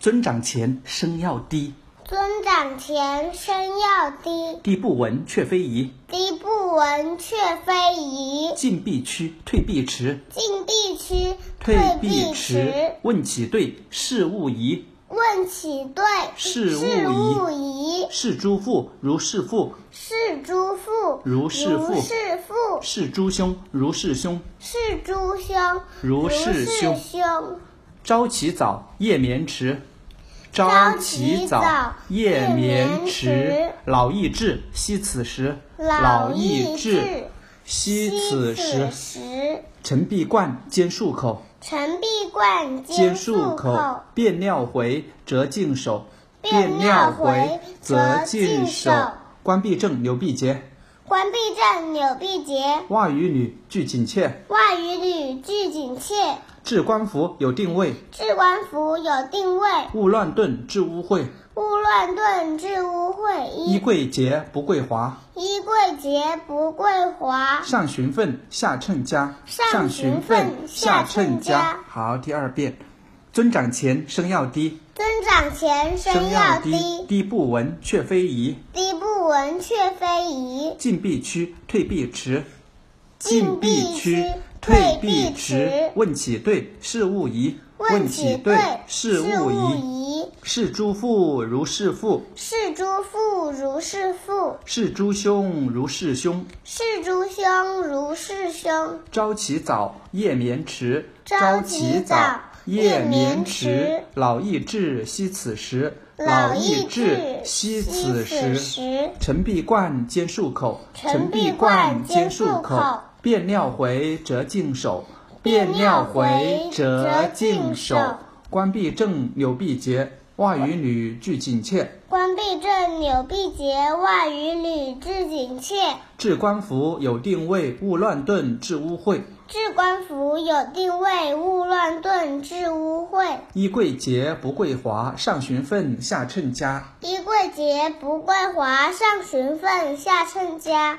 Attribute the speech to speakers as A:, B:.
A: 尊长前声要低，
B: 尊长前声要低，
A: 地不闻却非宜。
B: 低不闻却非宜。
A: 进必趋，退必迟，
B: 进必趋，
A: 退
B: 必
A: 迟。问其对，事勿疑。
B: 问其对，
A: 事
B: 勿
A: 勿
B: 疑。
A: 是诸父如是父，
B: 是诸父，
A: 如是父
B: 是父；
A: 是诸兄如是兄。
B: 是诸兄，
A: 如是
B: 是
A: 兄
B: 兄
A: 朝起早，夜眠迟。
B: 朝
A: 朝
B: 起
A: 起
B: 早
A: 早，夜
B: 夜
A: 眠
B: 迟
A: 迟。老易至，惜此时。
B: 老
A: 易
B: 至，
A: 惜此时
B: 惜。时。
A: 陈必冠兼漱口，
B: 陈必冠
A: 兼
B: 漱
A: 漱口。便尿回，则净手。
B: 便尿回则净手
A: 官必正，刘必杰。
B: 关必正，柳必结。
A: 袜与女俱紧切，
B: 袜与履俱紧切，
A: 置官服有定位。
B: 置官服有定位。
A: 勿乱顿，致污秽。
B: 勿乱顿，致污秽
A: 衣
B: 衣。
A: 贵洁，不贵华。
B: 衣贵洁，不贵华。
A: 上循分，下称家。
B: 上循分下称家
A: 好，第二遍。尊长前声要低，
B: 尊长前声要
A: 低，
B: 低，
A: 低不闻却非宜。
B: 低不闻却非宜。
A: 进必趋，退必迟。
B: 进必趋退必迟
A: 问其对，事勿疑。
B: 问其对，
A: 事
B: 勿
A: 勿疑。
B: 疑。
A: 是诸父如是父，
B: 是诸父如是父，
A: 是诸兄如是兄。
B: 是诸兄如是兄。
A: 朝起早，夜眠迟。
B: 朝起早夜
A: 夜
B: 眠
A: 眠
B: 迟
A: 迟。老易至，惜此时。
B: 老
A: 易
B: 易至，
A: 惜此
B: 此
A: 时。
B: 时。
A: 陈必冠兼漱口，
B: 陈
A: 陈
B: 必
A: 必
B: 冠
A: 冠
B: 兼
A: 兼
B: 漱
A: 漱
B: 口
A: 口。便尿回则净手，
B: 便
A: 便
B: 尿
A: 尿
B: 回
A: 回
B: 则
A: 则
B: 净
A: 净
B: 手
A: 手。官必正，柳必结，袜与女俱紧切。
B: 关必正，柳必结，袜与履至紧切。
A: 置官服有定位，勿乱顿，致污秽。
B: 置官服有定位，勿乱顿，致污秽。
A: 衣贵洁，不贵华，上循分，下称家。
B: 衣贵洁，不贵华，上循分，下称家。